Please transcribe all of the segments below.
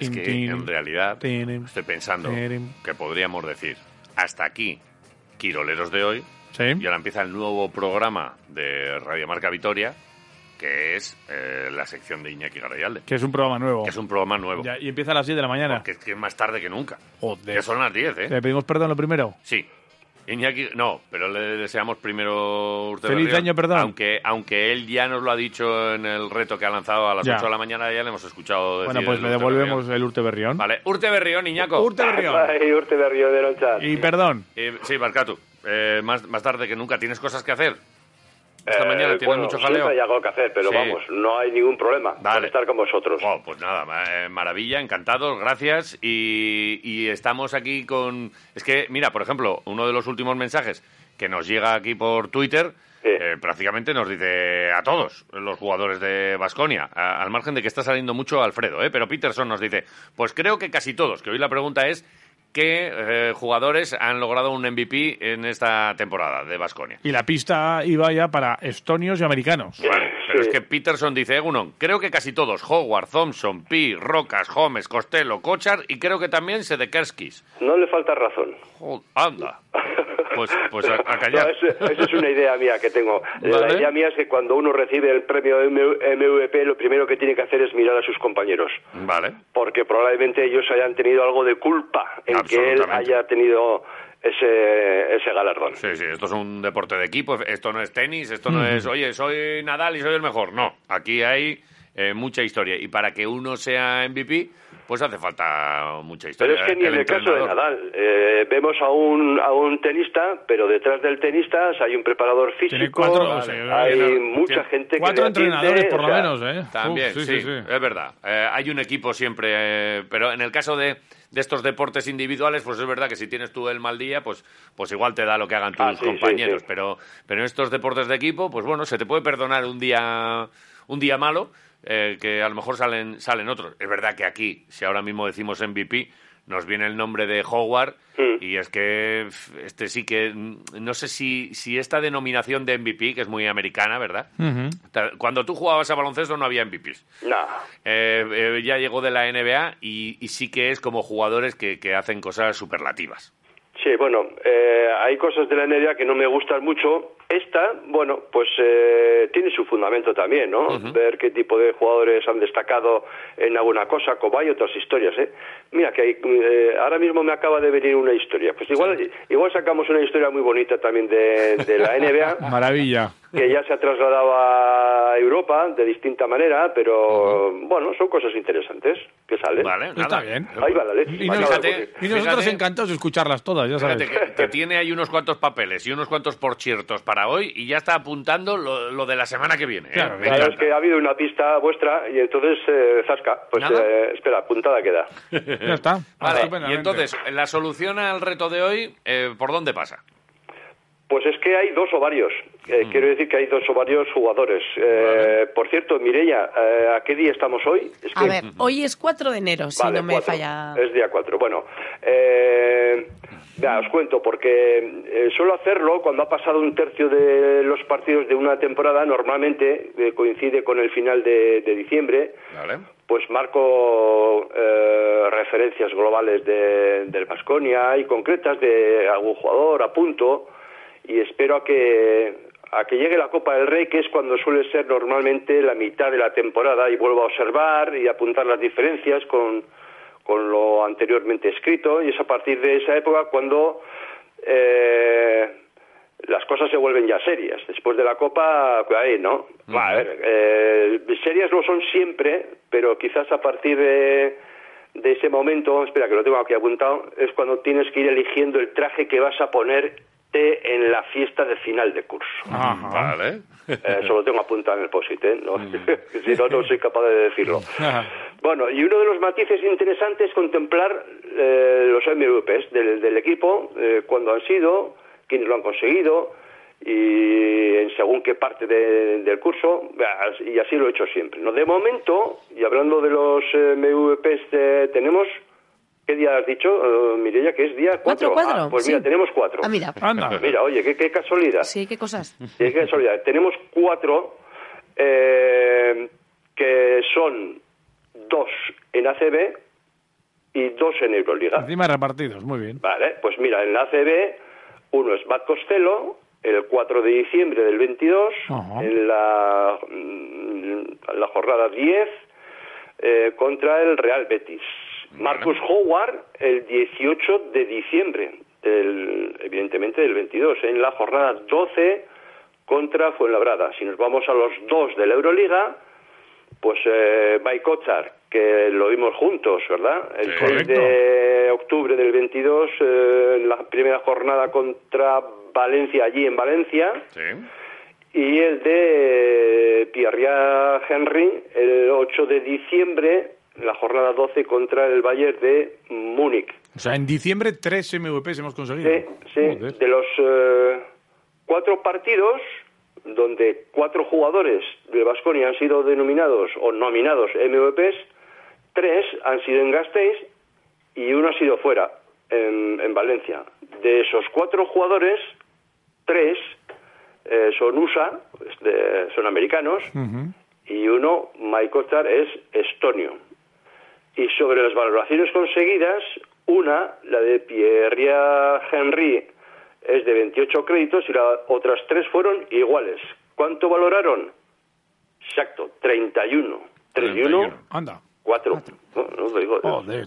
Es que en realidad estoy pensando que podríamos decir hasta aquí, Quiroleros de hoy. Sí. Y ahora empieza el nuevo programa de Radio Marca Vitoria, que es eh, la sección de Iñaki Garayalde. Que es un programa nuevo. Que es un programa nuevo. Ya, y empieza a las 10 de la mañana. Porque es que es más tarde que nunca. Joder. Que son las 10, ¿eh? Le pedimos perdón lo primero. Sí. Iñaki, no, pero le deseamos primero Urte Feliz Berrión, año, perdón. Aunque, aunque él ya nos lo ha dicho en el reto que ha lanzado a las Ya. 8 de la mañana, ya le hemos escuchado decir Bueno, pues el le Urte devolvemos Berrión. el Urte Berrión. Vale, Urte Berrión, Iñaco. Urte Berrión. Ay, urte berrio de loncha. Y perdón. Eh, sí, Barcatu, eh, más, más tarde que nunca. ¿Tienes cosas que hacer? Esta Eh, mañana tienes bueno, mucho jaleo. siempre hay algo que hacer, pero Sí. vamos, no hay ningún problema Vale. por estar con vosotros. Wow, pues nada, ma- eh, maravilla, encantados, gracias. Y, y estamos aquí con... Es que, mira, por ejemplo, uno de los últimos mensajes que nos llega aquí por Twitter, Sí. eh, prácticamente nos dice a todos los jugadores de Basconia, al margen de que está saliendo mucho Alfredo, ¿eh? pero Peterson nos dice, pues creo que casi todos, que hoy la pregunta es qué eh, jugadores han logrado un MVP en esta temporada de Basconia. Y la pista iba ya para estonios y americanos. Vale, pero Sí. es que Peterson dice, Egunon, creo que casi todos, Howard, Thompson, Pi, Rocas, Holmes, Costello, Cochar y creo que también Sedekerskis. No le falta razón. Jod- Anda. Pues, pues a, a callar. No, es- esa es una idea mía que tengo. La Vale. idea mía es que cuando uno recibe el premio M- MVP, lo primero que tiene que hacer es mirar a sus compañeros. Vale. Porque probablemente ellos hayan tenido algo de culpa en que él Absolutamente. haya tenido ese, ese galardón. Sí, sí, esto es un deporte de equipo, esto no es tenis, esto no es, oye, soy Nadal y soy el mejor. No, aquí hay eh, mucha historia. Y para que uno sea MVP, pues hace falta mucha Pero historia. es que ni en el caso de entrenador. Nadal. eh, vemos a un, a un tenista, pero detrás del tenista hay un preparador físico, Tiene cuatro, o sea, eh, hay tiene- mucha tiene gente Este que Cuatro le atiende, entrenadores, por o lo sea, menos, ¿eh? También, Uf, sí, es verdad. Eh, hay un equipo siempre, eh, pero en el caso de, de estos deportes individuales, pues es verdad que si tienes tú el mal día, pues, pues igual te da lo que hagan tus Ah, sí, compañeros. sí, sí. Pero, pero en estos deportes de equipo, pues bueno, se te puede perdonar un día, un día malo, eh, que a lo mejor salen, salen otros. Es verdad que aquí, si ahora mismo decimos MVP, nos viene el nombre de Howard Hmm. y es que f, este sí que mm, no sé si, si esta denominación de MVP, que es muy americana, ¿verdad? Ujú. Ta- Cuando tú jugabas a baloncesto no había MVPs. Nah. Eh, eh, ya llegó de la NBA y, y sí que es como jugadores que, que hacen cosas superlativas. Sí, bueno, eh, hay cosas de la NBA que no me gustan mucho. Esta, bueno, pues eh, tiene su fundamento también, ¿no? Ver qué tipo de jugadores han destacado en alguna cosa, como hay otras historias, ¿eh? Mira, que hay, eh, ahora mismo me acaba de venir una historia. Pues igual, igual sacamos una historia muy bonita también de, de la NBA. Maravilla. que ya se ha trasladado a Europa de distinta manera, pero bueno, son cosas interesantes que salen. Vale, Está nada. bien. Ahí va la ley. Y, Me nos- acaba de fíjate- ocurrir. y nosotros fíjate- encantados de escucharlas todas, ya sabes. Fíjate que, que tiene ahí unos cuantos papeles y unos cuantos porchiertos para hoy y ya está apuntando lo, lo de la semana que viene. ¿eh? Claro, Me Claro, pues, es encanta. que ha habido una pista vuestra y entonces, eh, zasca, pues Nada. eh, espera, puntada queda. Ya está. Vale, y Estupendamente. entonces, la solución al reto de hoy, eh, ¿por dónde pasa? Pues es que hay dos ovarios. Eh, Quiero decir que hay dos ovarios jugadores. Eh, Por cierto, Mireia, eh, ¿a qué día estamos hoy? Es A que- ver, hoy es 4 de enero, si Vale, no me cuatro. Eh, falla. Es día 4. Bueno, eh, ya, os cuento, porque eh, suelo hacerlo cuando ha pasado un tercio de los partidos de una temporada, normalmente eh, coincide con el final de, de diciembre, Vale. pues marco eh, referencias globales de, del Vasconia y concretas de algún jugador, a punto, y espero a que a que llegue la Copa del Rey, que es cuando suele ser normalmente la mitad de la temporada, y vuelvo a observar y apuntar las diferencias con, con lo anteriormente escrito, y es a partir de esa época cuando eh, las cosas se vuelven ya serias. Después de la Copa, pues ahí, ¿no? Va, a ver, eh, serias no son siempre, pero quizás a partir de, de ese momento, espera que lo tengo aquí apuntado, es cuando tienes que ir eligiendo el traje que vas a ponerte en la fiesta de final de curso. Ajá. Vale. Eh, eso lo tengo apuntado en el POSIT, ¿eh? No, si no, no soy capaz de decirlo. Ajá. Bueno, y uno de los matices interesantes es contemplar eh, los MVPs del, del equipo, eh, cuándo han sido, quiénes lo han conseguido y en según qué parte de- del curso, y así lo he hecho siempre. ¿no? De momento, y hablando de los eh, MVPs, eh, tenemos, ¿qué día has dicho, eh, Mireia? Que es día cuatro. ¿Cuatro, cuatro? Ah, pues Sí. mira, tenemos cuatro. Ah, mira. Anda. Mira, oye, qué, qué casualidad. Sí, qué cosas. Y hay que consolidar. Tenemos cuatro eh, que son dos en ACB y dos en Euroliga. Encima repartidos, muy bien. Vale, pues mira, en la ACB uno es Bat Costello, el 4 de diciembre del 22, Ajá. en la, mm, la jornada 10, eh, contra el Real Betis. Marcus Howard, el 18 de diciembre, del- evidentemente del 22, en la jornada 12 contra Fuenlabrada. Si nos vamos a los dos de la Euroliga, pues eh, Baikotsar, que lo vimos juntos, ¿verdad? El Sí. 6 de eh, octubre del 22, eh, la primera jornada contra Valencia, allí en Valencia, Sí. y el de eh, Pierre Henry el 8 de diciembre, la jornada 12 contra el Bayern de Múnich. O sea, en diciembre tres MVPs hemos conseguido. Sí, sí, Joder. de los eh, cuatro partidos donde cuatro jugadores del Vasconia han sido denominados o nominados MVPs, tres han sido en Gasteiz y uno ha sido fuera, en, en Valencia. De esos cuatro jugadores, tres eh, son USA, es de- son americanos, y uno, Mike Otar, es estonio. Y sobre las valoraciones conseguidas, una, la de Pierre Henry, es de 28 créditos y las otras tres fueron iguales. ¿Cuánto valoraron? Exacto, 31. 31, 31. 4. Anda. No, no lo digo. Joder.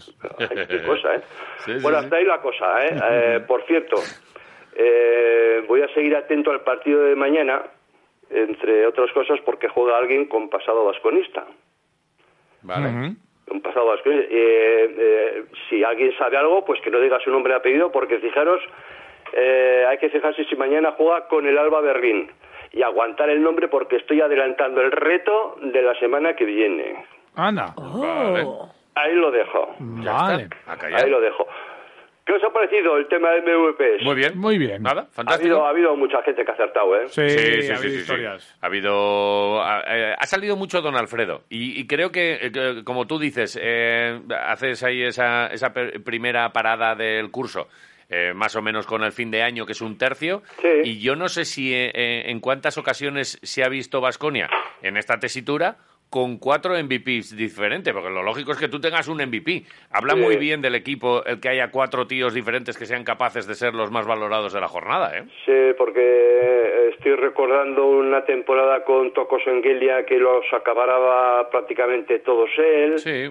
Qué cosa, ¿eh? Sí, sí, bueno, sí. hasta ahí la cosa, ¿eh? Eh, por cierto, eh, voy a seguir atento al partido de mañana, entre otras cosas, porque juega alguien con pasado vasconista. Vale. Ujú. Un pasado vasco. Eh, eh, si alguien sabe algo, pues que no diga su nombre y apellido, porque fijaros, eh, hay que fijarse si mañana juega con el Alba Berlín. Y aguantar el nombre porque estoy adelantando el reto de la semana que viene. Anda. Vale. Oh. Ahí lo dejo. Ya Vale. está. A callar. Ahí lo dejo. ¿Qué os ha parecido el tema de MVPs? Muy bien. Muy bien. Ha Nada, habido, fantástico. ha habido mucha gente que ha acertado, ¿eh? Sí, Sí, ha sí, habido sí, sí, sí. historias. Ha habido. Ha, eh, ha salido mucho Don Alfredo. Y, y creo que, eh, que, como tú dices, eh, haces ahí esa, esa per- primera parada del curso. eh, más o menos con el fin de año, que es un tercio. Sí. Y yo no sé si eh, eh, en cuántas ocasiones se ha visto Vasconia en esta tesitura con cuatro MVPs diferentes, porque lo lógico es que tú tengas un MVP. Habla Sí. muy bien del equipo el que haya cuatro tíos diferentes que sean capaces de ser los más valorados de la jornada. ¿eh? Sí, porque estoy recordando una temporada con Tocos Engelia que los acababa prácticamente todos él. Sí.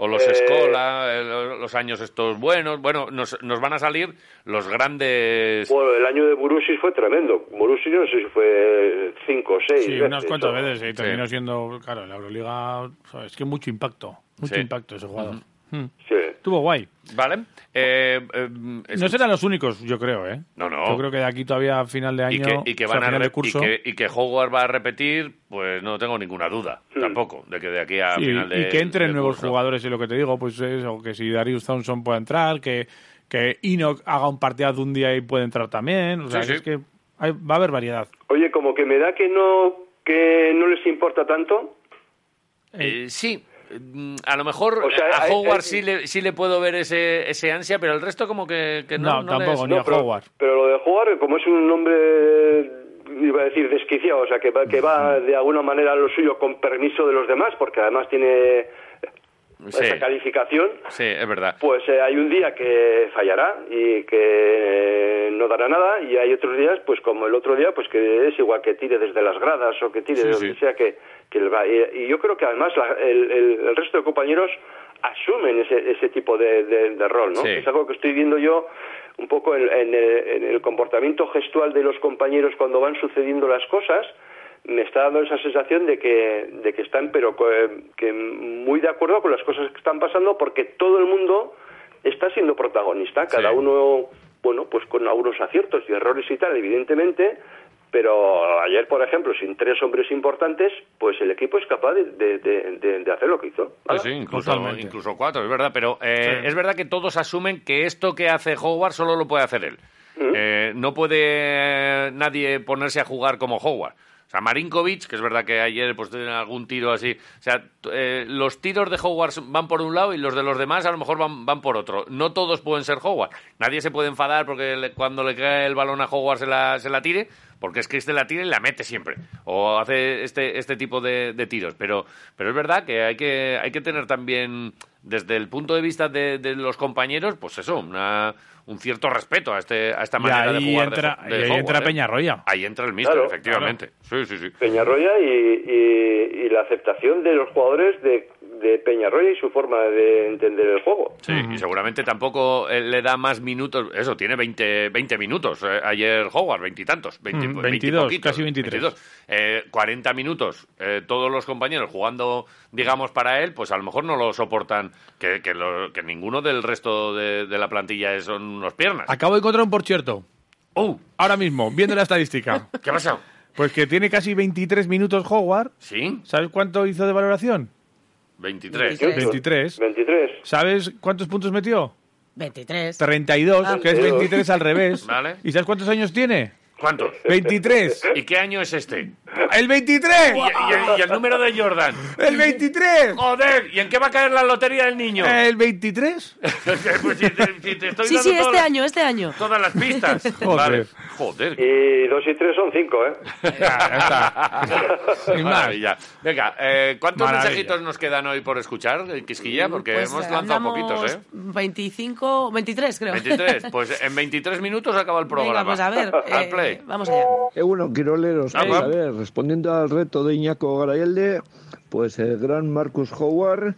O los Eh, Escola, eh, los años estos buenos. Bueno, nos, nos van a salir los grandes. Bueno, el año de Burusis fue tremendo. Burusis no sé si fue cinco o seis. Sí, veces, unas cuantas o- veces. Y terminó siendo, claro, en la Euroliga. ¿sabes? Es que mucho impacto. Mucho Sí. impacto ese jugador. Mm. Sí. Estuvo guay. ¿Vale? Eh, eh, es- No serán los únicos, yo creo, ¿eh? No, no. Yo creo que de aquí todavía a final de año. y que, y que o sea, van a final de re- curso. y que, y que Howard va a repetir, pues no tengo ninguna duda Hmm. tampoco de que de aquí a Sí, final de. y que entren de nuevos curso. jugadores, y lo que te digo, pues es o que si Darius Thompson pueda entrar, que, que Enoch haga un partidazo un día y puede entrar también. O sea, Sí, que sí. es que hay- va a haber variedad. Oye, como que me da que no que no les importa tanto. Eh, sí. Mm, A lo mejor O sea, eh, a hay- Howard hay- sí, le, sí le puedo ver ese, ese ansia, pero el resto como que, que no. No, tampoco, les- ni a pero, Howard. pero lo de jugar, como es un hombre, iba a decir desquiciado, o sea, que va, que va de alguna manera pues a lo suyo con permiso de los demás, porque además tiene Sí. esa calificación, Sí, es verdad. pues eh, hay un día que fallará y que eh, no dará nada y hay otros días, pues como el otro día, pues que es igual que tire desde las gradas o que tire Sí, de sí. donde sea que, que le va. Y, y yo creo que además la- el, el- el resto de compañeros asumen ese, ese tipo de, de- de rol, ¿no? Sí. Es algo que estoy viendo yo un poco en, en el, en el comportamiento gestual de los compañeros cuando van sucediendo las cosas. Me está dando esa sensación de que, de que están, pero co- eh, que muy de acuerdo con las cosas que están pasando, porque todo el mundo está siendo protagonista, cada Sí. uno, bueno, pues con algunos aciertos y errores y tal, evidentemente, pero ayer, por ejemplo, sin tres hombres importantes, pues el equipo es capaz de, de- de- de- de hacer lo que hizo. Sí, ¿vale? Pues sí, incluso, Totalmente. incluso cuatro, es verdad. Pero eh, es verdad que todos asumen que esto que hace Howard solo lo puede hacer él. Eh, no puede eh, nadie ponerse a jugar como Howard. O sea, Marinkovic, que es verdad que ayer pues tiene algún tiro así. O sea, t- eh, los tiros de Howard van por un lado y los de los demás a lo mejor van, van por otro. No todos pueden ser Howard. Nadie se puede enfadar porque le- cuando le cae el balón a Howard se la, se la tire, porque es que este la tira y la mete siempre. O hace este, este tipo de, de tiros. Pero, pero es verdad que hay, que hay que tener también, desde el punto de vista de, de los compañeros, pues eso, una- un cierto respeto a, este, a esta Y manera de ahí jugar. de entra- Ho- de y ahí Howard, entra ¿eh? Peñarroya. Ahí entra el míster, Claro, efectivamente. Sí, sí, sí. Peñarroya y, y- y la aceptación de los jugadores de, de Peñarroya y su forma de entender el juego. Sí, y seguramente tampoco eh, le da más minutos. Eso, tiene 20, 20 minutos. eh, ayer Howard, veintitantos. 20, Mm, 20 22, poquitos, casi 23. 22. Eh, 40 minutos. eh, todos los compañeros jugando, digamos, para él, pues a lo mejor no lo soportan. Que, que lo- que ninguno del resto de, de la plantilla son unos piernas. Acabo de encontrar un por cierto. ¡Oh! Ahora mismo, viendo la estadística. ¿Qué ha pasado? Pues que tiene casi 23 minutos Howard. ¿Sí? ¿Sabes cuánto hizo de valoración? 23. Veintitrés. 23. 23. ¿Sabes cuántos puntos metió? 23. 32, Ah. que es 23 al revés. Vale. ¿Y sabes cuántos años tiene? ¿Cuántos? 23. ¿Y qué año es este? ¡El 23! ¿Y, y el- y el número de Jordan? ¡El 23! ¡Joder! ¿Y en qué va a caer la lotería del niño? ¿El 23? Pues si te- si te estoy Eh. Sí, dando sí, todas este las- año, este año. Todas las pistas. Joder. Vale. Joder. Y 2 y 3 son 5, ¿eh? Sin más. Maravilla. Venga, eh, ¿cuántos Maravilla. mensajitos nos quedan hoy por escuchar, eh, Quisquilla? Porque Pues, hemos eh, lanzado andamos poquitos, ¿eh? 25, 23 creo. 23. Pues en 23 minutos acaba el programa. Venga, pues a ver. Al eh, play. Vamos allá. Egunon, quiroleros. Ah, Pues, va. a ver, respondiendo al reto de Iñaco Garayalde, pues el gran Marcus Howard,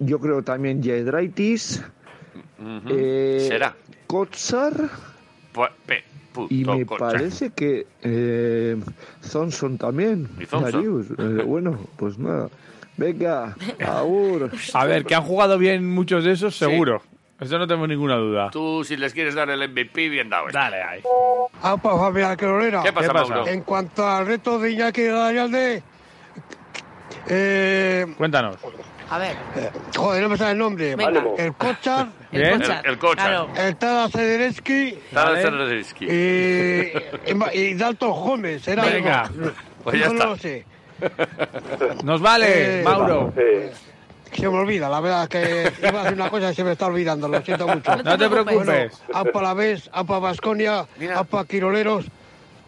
yo creo también Jedraitis, eh, Será. Kotsar, Pu- Pues, pe- puto y me concha. parece que eh, Thompson también. Y Thompson. Darius. Eh, bueno, pues nada. Venga, agur. A ver, que han jugado bien muchos de esos, seguro. Eso no tengo ninguna duda. Tú, si les quieres dar el MVP, bien dado. ¿eh? Dale ahí. Apa, familia Querolera. ¿Qué pasa, ¿Qué pasa? Mauro? pues, En cuanto al reto de Iñaki Gallarde, eh, Cuéntanos. A ver. joder, no me sale el nombre. Venga. Vale. El Kochar, El Bien. Cocha. El- el Cocha. Claro. el Tada Cedereski Dale, Vale. y, Zerdowski. Eh, y Ma- y Dalton Holmes. Era Venga. uno. Pues ya no está. lo sé. Nos vale, Eh, Mauro. Sí. Se me olvida, la verdad que iba a hacer una cosa y se me está olvidando, lo siento mucho. No te preocupes. Bueno, preocupes. apa la vez, apa Vasconia, Mira. apa Quiroleros,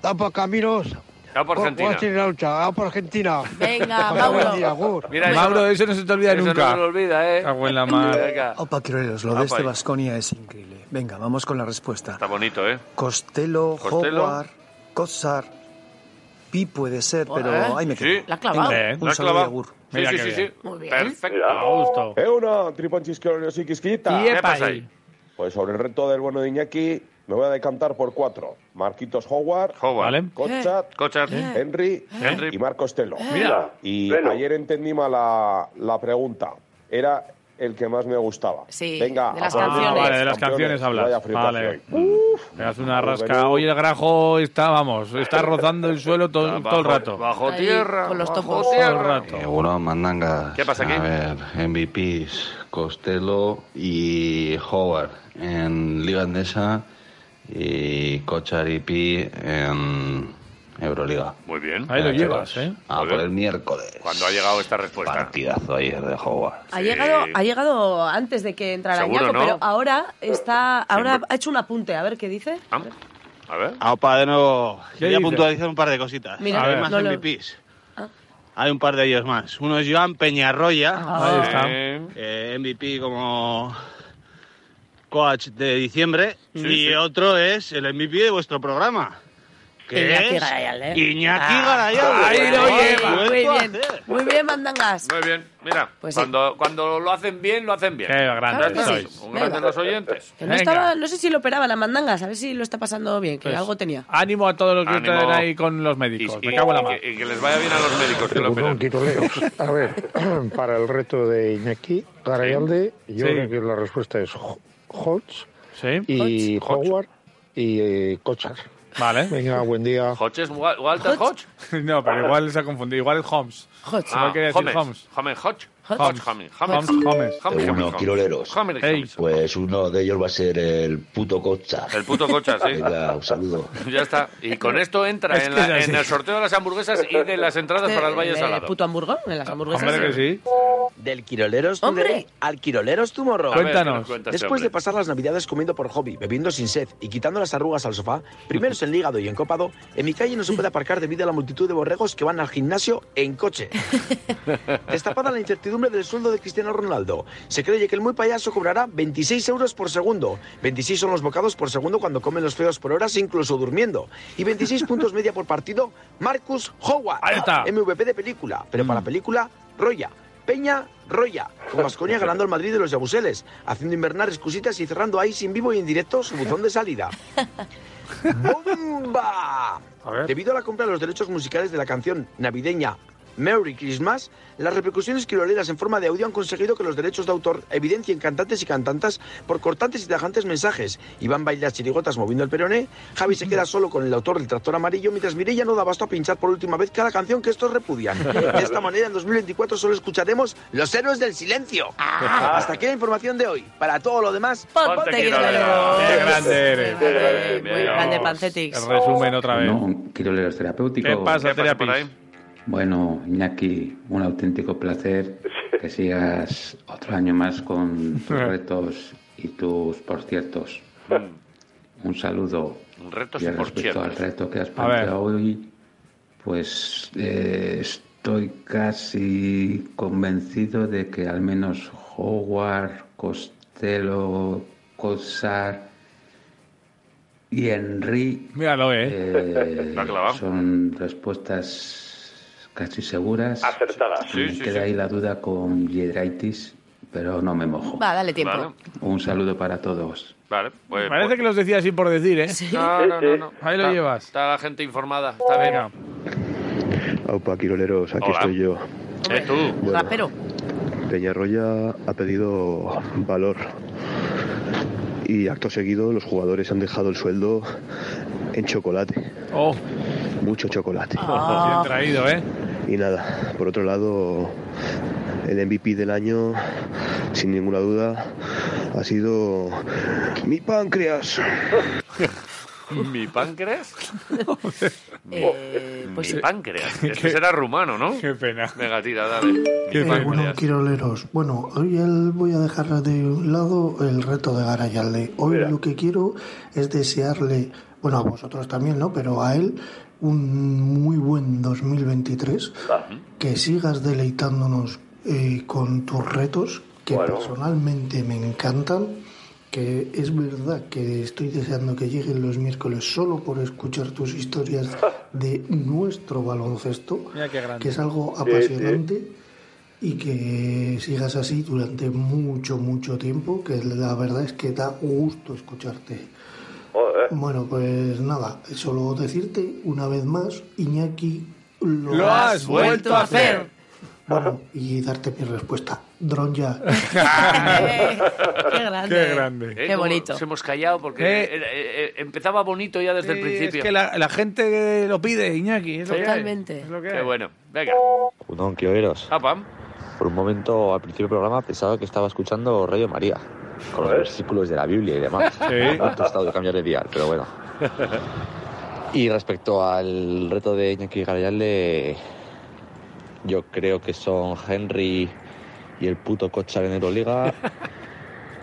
apa Caminos, Apa Argentina. Guachi de la lucha, apa Argentina. Venga, Apa, buen día, Mauro. agur. Mira, eso Mauro, no- eso no se te olvida eso nunca. no se lo olvida, ¿eh? Cago en la mar. Venga. Opa, Quiroleros, lo de Opa, este eh. Vasconia es increíble. Venga, vamos con la respuesta. Está bonito, ¿eh? Costello, Costello. Howard, Cossar, Pi puede ser, pero ¿eh? ahí me Sí. quedo. La ha clavado. Venga, Bien. un ¿La has saludo ¿Eh? clavado? y agur. Sí, Mira sí, qué sí, bien. sí. Muy bien. Perfecto. A gusto. Egunon, tripanchis quiroleros y quisquillita. Y ¿Qué epa pasa ahí. ahí? Pues sobre el reto del bueno de Iñaki, me voy a decantar por cuatro. Marquitos Howard, Howard. Vale. Kotchat, Eh. Cochar. Henry, Henry. y Marcos Telo. Mira. Y Bueno. ayer entendí mal la, la pregunta. Era el que más me gustaba. Sí, Venga, de las a por canciones. ello, vale, de las campeones. canciones hablas. Vaya flipación. Vale. Me das una Vamos, rasca. Benú. Hoy el grajo está, vamos, está rozando el suelo todo, todo el Bajo- rato. Bajo Ahí, tierra. con los bajo topos. Todo el tierra. Eh, rato. Seguro, mandangas. ¿Qué pasa aquí? A ver, MVPs, Costello y Howard en Liga Andesa y Cochar y Pi en Euroliga. Muy bien. Ahí lo Venga, llevas, chicos, ¿eh? A Joder. por el miércoles. Cuando ha llegado esta respuesta. Partidazo ayer de Howard. Ha llegado, ha llegado antes de que entrara Seguro, Iñaco, ¿no? pero ahora está, ahora Siempre. ha hecho un apunte, a ver qué dice. Ah, A ver. Aupa, de nuevo, ¿Qué quería dice? puntualizar un par de cositas. Mira, Hay no Ah. más lo- MVPs. Hay un par de ellos más. Uno es Joan Peñarroya, Ah. Ahí está. eh, MVP como coach de diciembre. Sí, y sí. otro es el MVP de vuestro programa. Que Iñaki es Garayalde. Iñaki Ah. Garayalde. Ahí lo lleva. Vuelto Muy a bien, hacer. muy bien, mandangas. Muy bien, mira, Pues cuando, cuando lo hacen bien, lo hacen bien. Qué grandes Ya está, sois. Un grande los oyentes. Que no, estaba, no sé si lo operaba la mandangas, a ver si lo está pasando bien, que Pues, algo tenía. Ánimo a todos los que Ánimo. estén ahí con los médicos. Y- Me cago en la y mano. que- y que les vaya bien a los médicos que lo operan. A ver, para el reto de Iñaki Garayalde, yo Sí. creo que la respuesta es Ho- Hodge Sí. y Howard y eh, Kochar. Vale. Venga, buen día. ¿Hodge es Wa- Walter Hodge? No, pero igual se ha confundido. Igual es Holmes. Ah, No quería decir Holmes. Holmes. Hombre, Hodge. Hodge. Hodge, Hombre, hombre, Holmes, hombre. Holmes. Hombre, hombre, Uno, hombre. quiroleros. Hombre, hombre. Pues uno de ellos va a ser el puto cocha. El puto Cocha, sí. Venga, un saludo. Ya está. Y con esto entra Es en, que la- es así. en el sorteo de las hamburguesas y de las entradas para el Valle Eh, Salado. ¿Puto hamburgo? ¿En las hamburguesas? sí. Del Quiroleros to Hombre. day al Quiroleros Tomorrow. A ver, Cuéntanos. ¿qué nos cuentas, Después hombre? de pasar las navidades comiendo por hobby, bebiendo sin sed y quitando las arrugas al sofá, primeros en hígado y en copado, en mi calle no se puede aparcar debido a la multitud de borregos que van al gimnasio en coche. Destapada la incertidumbre del sueldo de Cristiano Ronaldo. Se cree que el muy payaso cobrará 26 euros por segundo. 26 son los bocados por segundo cuando comen los feos por horas, incluso durmiendo. Y 26 puntos media por partido, Marcus Howard. Ahí está. Mm. MVP de película, pero para película, Roya. Peña, Roya. Con Vasconia ganando al Madrid de los Yabuseles, haciendo invernar excusitas y cerrando ahí sin vivo y en directo su buzón de salida. ¡Bomba! ¿Eh? Debido a la compra de los derechos musicales de la canción navideña Merry Christmas, las repercusiones quiroleras en forma de audio han conseguido que los derechos de autor evidencien cantantes y cantantas por cortantes y tajantes mensajes. Iván baila chirigotas moviendo el peroné, Javi se queda solo con el autor del tractor amarillo, mientras Mireia no da basto a pinchar por última vez cada canción que estos repudian. De esta manera, en 2024 solo escucharemos Los Héroes del Silencio. Hasta aquí la información de hoy. Para todo lo demás, Ponte Quiroleros. Qué grande eres. Grande, muy grande, Pancetix. El resumen otra vez. No, quiroleros terapéuticos. ¿Qué pasa, Terapis? Bueno, Iñaki, un auténtico placer que sigas otro año más con tus retos y tus por ciertos. Mm. Un saludo. Retos Y y por respecto al ciertos. reto que has A ver. planteado hoy, pues eh, estoy casi convencido de que al menos Howard, Costello, Cosar y Henry Míralo, eh. eh, Lo ha clavado. son respuestas casi seguras. Acertadas. Me queda ahí la duda con Yedraitis, pero no me mojo. Va, dale tiempo. Un saludo para todos. Vale, pues... Parece que los decía así por decir, ¿eh? No, no, no, no. Ahí lo Está- llevas. Está la gente informada. Está bien. Opa, Quiroleros, aquí Hola. estoy yo. Eh, tú. Rapero. Peñarroya ha pedido valor y acto seguido los jugadores han dejado el sueldo en chocolate. Oh, Mucho chocolate. Ah. Bien traído, ¿eh? Y nada, por otro lado, el MVP del año, sin ninguna duda, ha sido mi páncreas. ¿Mi páncreas? Eh, pues- Mi páncreas. Este será rumano, ¿no? Qué pena. Venga, tira, dale. Mi Eh, bueno, páncreas. quiroleros. Bueno, hoy el- voy a dejar de un lado el reto de Garayalde. Hoy lo que quiero es desearle, bueno, a vosotros también, ¿no? Pero a él un muy buen 2023. Que sigas deleitándonos eh, con tus retos, que personalmente me encantan. Que es verdad que estoy deseando que lleguen los miércoles solo por escuchar tus historias de nuestro baloncesto Mira qué grande. que es algo apasionante y que sigas así durante mucho, mucho tiempo, que la verdad es que da gusto escucharte. Bueno, pues nada, solo decirte una vez más, Iñaki, lo, Lo has vuelto a hacer. Bueno, y darte mi respuesta. Dron ya. Qué grande. Qué grande. Eh, Qué cómo bonito. Nos hemos callado porque Eh. era- eh, eh, empezaba bonito ya desde el Sí, principio. Eh, Es que la, la gente lo pide, Iñaki. Es lo que hay. Es lo que Qué hay. bueno. Venga. Ah, Udon Quiroleros. Por un momento, al principio del programa, pensaba que estaba escuchando Radio María, con los versículos de la Biblia y demás. Sí. Me ha costado de cambiar de dial, pero bueno. Y respecto al reto de Iñaki Garayalde, yo creo que son Henry y el puto Cochar en Euroliga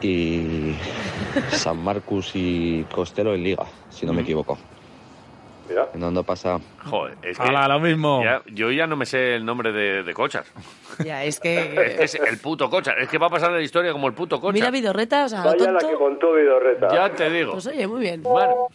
y San Marcos y Costello en Liga, si no me equivoco. Fernando pasa. Joder, es que Hala, lo mismo. ya- yo ya no me sé el nombre de, de Cochas. Ya, es Es que que... es el puto Cochas. Es que va a pasar de la historia como el puto Cochas. Mira Vidorreta, o sea, lo Vaya la tonto. que contó Vidorreta. Ya te digo. Pues oye, muy bien.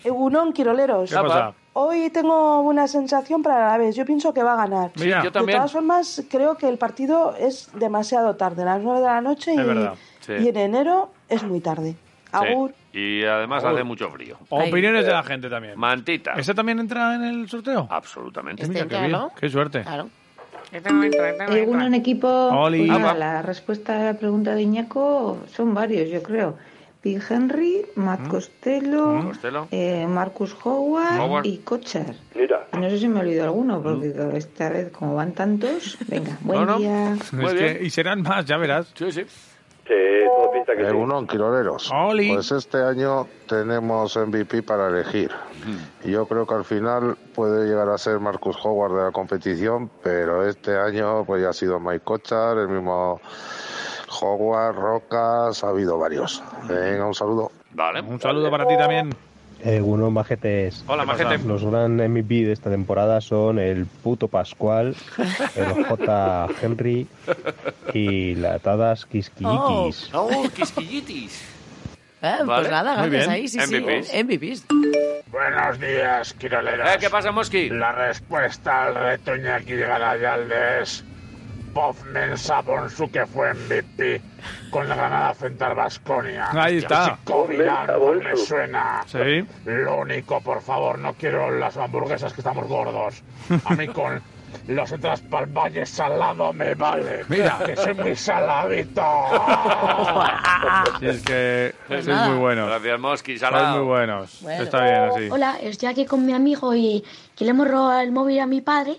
Egunon, Eh, Quiroleros. ¿Qué pasa? Hoy tengo una sensación para la vez. Yo pienso que va a ganar. Sí, Mira. yo también. De todas formas, creo que el partido es demasiado tarde, a las 9 de la noche. Es y, verdad. Sí. y en enero es muy tarde. Agur. Sí, Y además Agur. hace mucho frío. Opiniones de la gente también. Mantita. ¿Ese también entra en el sorteo? Ah. Absolutamente. Mira, qué, bien. Qué suerte. Este Eh, Egunon equipo. Oli. Pues Ah, nada, va. la respuesta a la pregunta de Iñaco son varios, yo creo. Pig Henry, Matt Costello, Costello. eh, Marcus Howard, Howard. y Kochar. Mira. Y No sé si me he olvidado alguno, porque esta vez, como van tantos, venga, buen No, no. día. Es que- y serán más, ya verás. Sí, sí. Egunon, Eh, quiroleros. Pues este año tenemos MVP para elegir. Y yo creo que al final puede llegar a ser Marcus Howard de la competición, pero este año pues ya ha sido Mike Kochar, el mismo Howard, Rocas, ha habido varios. Venga, un saludo. Vale. Un saludo para ti Oh. también. Algunos majetes. Hola, ¿Qué pasa? majete. Los gran MVP de esta temporada son el puto Pascual, el J. Henry y la Tadas Oh, Kiskiikis. oh, quisquillitis. Ah, Vale, Pues nada, muy gracias bien. ahí, sí, sí. MVPs. MVPs. Buenos días, Quiroleros. Eh, ¿Qué pasa, Mosqui? La respuesta al reto Iñaki de Garayalde es Bofmen Sabonsu, que fue MVP con la Granada frente al Baskonia. Ahí está. Bofmen Bofmen Sabonsu. Me suena. Sí. Lo único, por favor, no quiero las hamburguesas que estamos gordos. A mí con los otras para el valle salado me vale. Mira. Que soy muy saladito. Sí, es que Pues sois nada. muy buenos. Gracias, Mosqui. Sois Salado. muy buenos. Bueno. Está bien así. Hola, estoy aquí con mi amigo y que le hemos robado el móvil a mi padre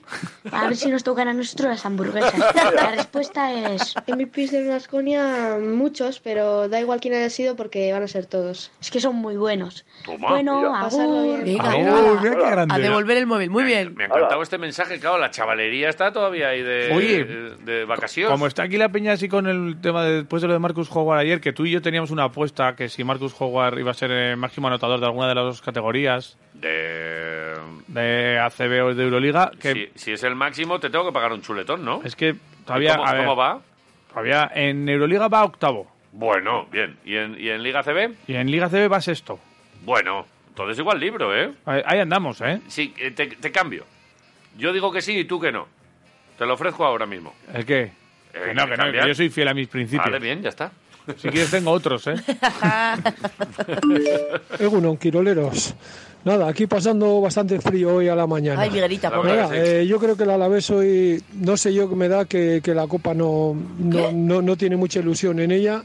para ver si nos tocan a nosotros las hamburguesas. La respuesta es... MVPs de Vasconia muchos, pero da igual quién haya sido porque van a ser todos. Es que son muy buenos. Toma. bueno, Mira. agur. Eh, Agur, Ah, Venga, mira ala. qué grande. A devolver el móvil, muy bien. Me ha encantado este mensaje. Claro, la chavalería está todavía ahí de, Oye, de, de vacaciones. Como está aquí la peña así con el tema de- después de lo de Marcus Howard ayer, que tú y yo teníamos una apuesta que si Marcus Howard iba a ser el máximo anotador de alguna de las dos categorías, De... de ACB o de Euroliga, que Si, si es el máximo, te tengo que pagar un chuletón, ¿no? es que todavía... ¿Cómo, a ver, cómo va? Todavía en Euroliga va octavo Bueno, bien. ¿Y en, y en Liga CB? y en Liga CB va sexto. Bueno, entonces igual libro, ¿eh? Ahí ahí andamos, ¿eh? Sí, eh, te, te cambio. Yo digo que sí y tú que no. Te lo ofrezco ahora mismo. ¿El qué? Eh, Que no, que no, cambiar. que yo soy fiel a mis principios. Vale, bien, ya está. Si quieres tengo otros, ¿eh? Egunon, quiroleros. Nada, aquí pasando bastante frío hoy a la mañana. Ay, Miguelita, pobre. Nada, eh, yo creo que el Alavés hoy, no sé yo, me da que, que la Copa no, no, no, no tiene mucha ilusión en ella.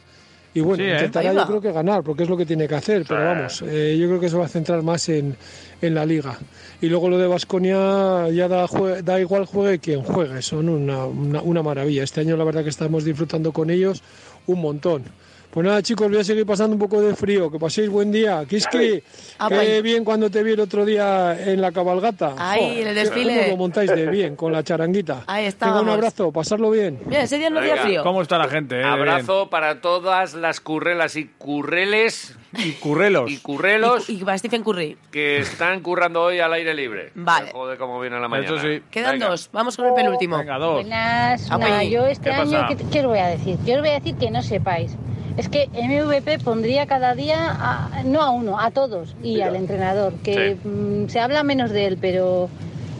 Y bueno, Sí, ¿eh? intentará Ahí va. yo creo que ganar, porque es lo que tiene que hacer. Pero vamos, eh, yo creo que se va a centrar más en, en la Liga. Y luego lo de Vasconia ya da, jue- da igual juegue quien juegue. Son una, una, una maravilla. Este año la verdad que estamos disfrutando con ellos un montón. Pues nada, chicos, voy a seguir pasando un poco de frío. Que paséis buen día. Kiski, Ah, Apay. qué bien cuando te vi el otro día en la cabalgata. Ay, Joder, en el qué- desfile. cómo lo montáis de bien con la charanguita. Venga, Ahí un estábamos. abrazo, pasarlo bien. Mira, ese día no hacía Venga. frío. ¿Cómo está la gente? eh? Abrazo para todas las currelas y curreles Bien. Y currelos. y currelos Y, y va Stephen Curry. que están currando hoy al aire libre. Vale. Me Jode cómo viene la mañana. ¿eh? Eso sí. Quedan dos. Vamos con el penúltimo. Venga, dos. Buenas, Ah, nada, pues, yo este ¿qué año, pasa? ¿qué, qué os voy a decir? Yo os voy a decir que no sepáis. Es que MVP pondría cada día, a- no a uno, a todos y al entrenador, que mm, se habla menos de él, pero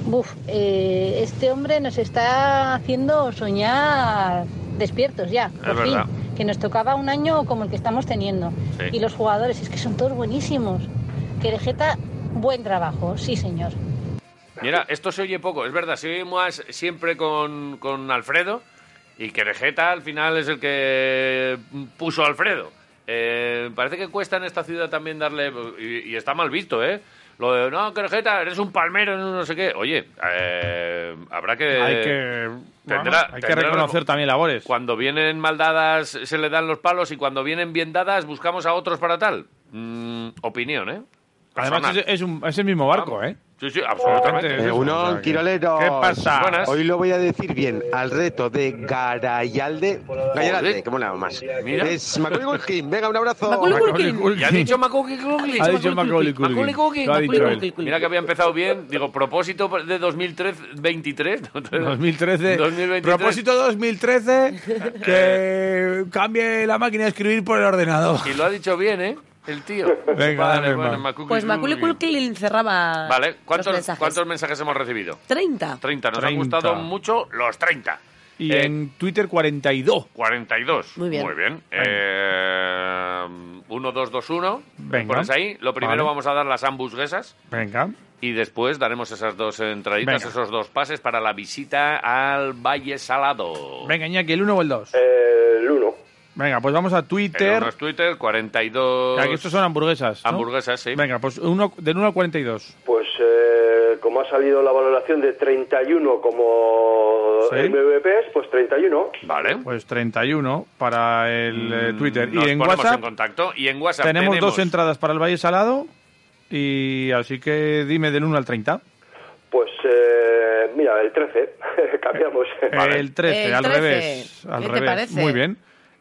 buf, eh, este hombre nos está haciendo soñar despiertos ya, Es por fin, verdad. que nos tocaba un año como el que estamos teniendo. Sí. Y los jugadores, es que son todos buenísimos. Que Querejeta, buen trabajo, sí señor. Mira, esto se oye poco, es verdad, se oye más siempre con, con Alfredo y que Vegeta al final es el que puso a Alfredo. Eh, parece que cuesta en esta ciudad también darle, y, y está mal visto, ¿eh? Lo de, no, Querejeta, eres un palmero, no no sé qué. Oye, eh, habrá que... Hay que- vamos, hay que reconocer también labores. Cuando vienen mal dadas se le dan los palos y cuando vienen bien dadas buscamos a otros para tal. Mm, opinión, ¿eh? Además, es, es un- es el mismo barco, ¿eh? Sí, sí, Oh. absolutamente. Eh, uno, O sea, Quiroleros. ¿Qué pasa? Buenas. Hoy lo voy a decir bien. Al reto de Garayalde. Garayalde, que mola más. Mira. Es Macaulay Culkin. Venga, un abrazo. Macaulay Macaulay Culkin. Culkin. Ya ha dicho Macaulay Culkin. Ha dicho Macaulay Culkin. Macaulay Culkin, Lo ha dicho Macaulay él. Culkin. Mira que había empezado bien. Digo, propósito de 2023. Eh, 2013. 2023. Propósito 2013, que cambie la máquina de escribir por el ordenador. Y lo ha dicho bien, ¿eh? El tío. Venga, Vale, dale, bueno, hermano. Macaulay Pues Macaulay Culkin. Culkin cerraba Vale, los ¿cuántos mensajes. mensajes? mensajes hemos recibido? 30. 30. Nos han 30. gustado mucho los 30. Y Eh, en Twitter 42. 42. Muy bien. Muy bien. Eh, 1, 2, 2, 1. Venga. Pones ahí. Lo primero Vale. vamos a dar las hamburguesas. Venga. Y después daremos esas dos entraditas, Venga. esos dos pases para la visita al Valle Salado. Venga, Iñaki, ¿el 1 o el 2? el 1. Venga, pues vamos a En Twitter. unos Twitter, 42. Aquí estos son hamburguesas. ¿no? Hamburguesas, sí. Venga, pues uno, del 1 al 42. Pues eh, como ha salido la valoración de 31 como Sí. MVPs, pues 31. Vale. Mm, Pues 31 para el eh, Twitter. Nos y en ponemos WhatsApp, en contacto. Y en WhatsApp tenemos, tenemos, dos entradas para el Valle Salado. Y así que dime del 1 al 30. Pues eh, mira, el 13. Cambiamos. Eh, El 13, El al 13. revés. Al ¿Qué te revés. parece? Muy bien.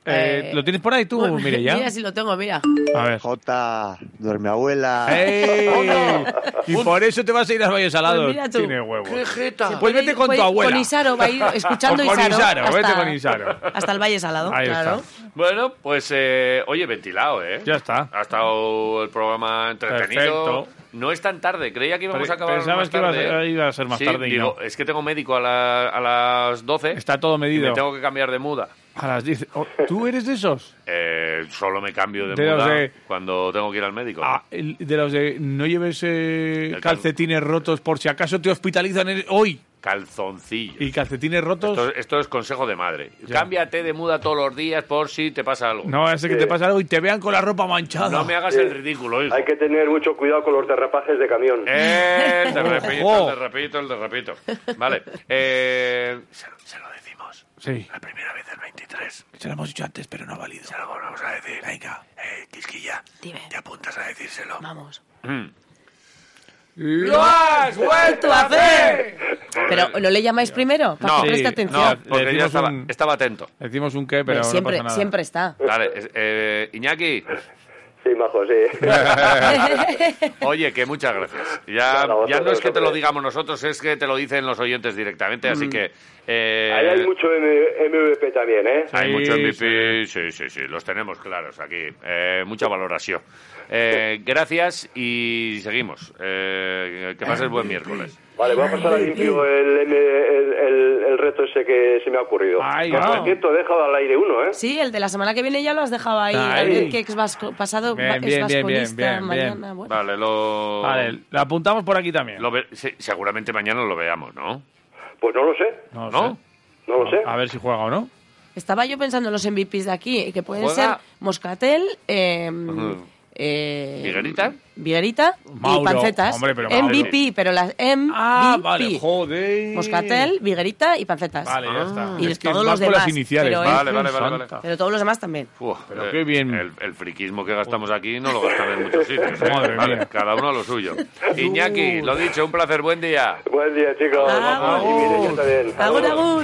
Eh, Eh, ¿Lo tienes por ahí tú, Mireia? Mira si lo tengo, mira. A ver. Jota, duerme abuela. ¡Ey! Oh, Y por eso te vas a ir al Valle Salado. Pues mira tú. Tiene huevos. Qué jeta. Se Pues puede vete ir- con puede tu ir abuela. con Isaro, va a ir escuchando O con Isaro Isaro, hasta- vete con Isaro. Hasta el Valle Salado, Ahí está. claro. Bueno, pues eh, oye, ventilado, ¿eh? Ya está. Ha estado el programa entretenido. Perfecto. No es tan tarde, creía que íbamos Pre- a acabar pensabas más que iba a ser- tarde, ¿eh? iba a ser más Sí, tarde y digo, es que tengo médico a, la- a las 12. Está todo y medido. me tengo que cambiar de muda. A las 10. Oh, ¿Tú eres de esos? Eh, solo me cambio de De los muda de- cuando tengo que ir al médico. Ah, el- de los de no lleves eh, calcetines rotos por si acaso te hospitalizan el- hoy. Calzoncillo. Y calcetines rotos. Esto, esto es consejo de madre. Cámbiate de muda todos los días por si te pasa algo. No, es que te pasa algo y te vean con la ropa manchada. No me hagas el ridículo, hijo. Hay que tener mucho cuidado con los derrapajes de camión. Eh, te repito, Ojo. te repito, te repito. Vale. Eh, se, lo- se lo decimos. Sí. La primera vez del 23. Se lo hemos dicho antes, pero no ha valido. Se lo volvemos a decir. Venga. Eh, Quisquilla, te apuntas a decírselo. Vamos. ¡Lo has vuelto a hacer! Pero ¿no le llamáis primero? Para que preste atención. no, porque ya estaba, estaba atento. Decimos un qué, pero Hombre, no siempre, pasa nada. siempre está. Vale, es- eh, Iñaki. Sí, majo, sí. Eh. Oye, que muchas gracias. Ya, Nada, ya no es que te lo vosotros. digamos nosotros, es que te lo dicen los oyentes directamente, así Mm. que... eh, Ahí hay mucho M- MVP también, ¿eh? Hay mucho MVP, sí, sí, sí, los tenemos claros aquí. Eh, mucha valoración. Eh, gracias y seguimos. Eh, que pases buen miércoles. Vale, voy a pasar a limpio el, M- el, el- el reto ese que se me ha ocurrido. Ay, Que, va. Por cierto, he dejado al aire uno, ¿eh? Sí, el de la semana que viene ya lo has dejado ahí. Ahí. El que es vasco, pasado va- es vasconista mañana. Bueno. Vale, lo... Vale, lo apuntamos por aquí también. lo ve- sí, seguramente mañana lo veamos, ¿no? Pues no lo sé. No, ¿No? No lo sé. A ver si juega o no. Estaba yo pensando en los MVPs de aquí, que pueden Juega- ser Moscatel, eh, Ujú. eh, ¿Viguerita? Viguerita Mauro, y Pancetas. hombre, pero Mauro. MVP, pero las MVP. Ah, vale, joder. Moscatel, Viguerita y Pancetas. Vale, ya está. Y Pues Ah. Es que todos vas los con demás. las iniciales, pero, Vale, eh, vale, vale, vale. Santa. pero todos los demás también. pero qué bien. eh, El, el friquismo que gastamos aquí no lo gastan en muchos sitios. ¿eh? Madre Vale, mía. Cada uno a lo suyo. Iñaki, lo dicho, un placer, buen día. Buen día, chicos. Agur. Y mire, yo también. Agur, agur.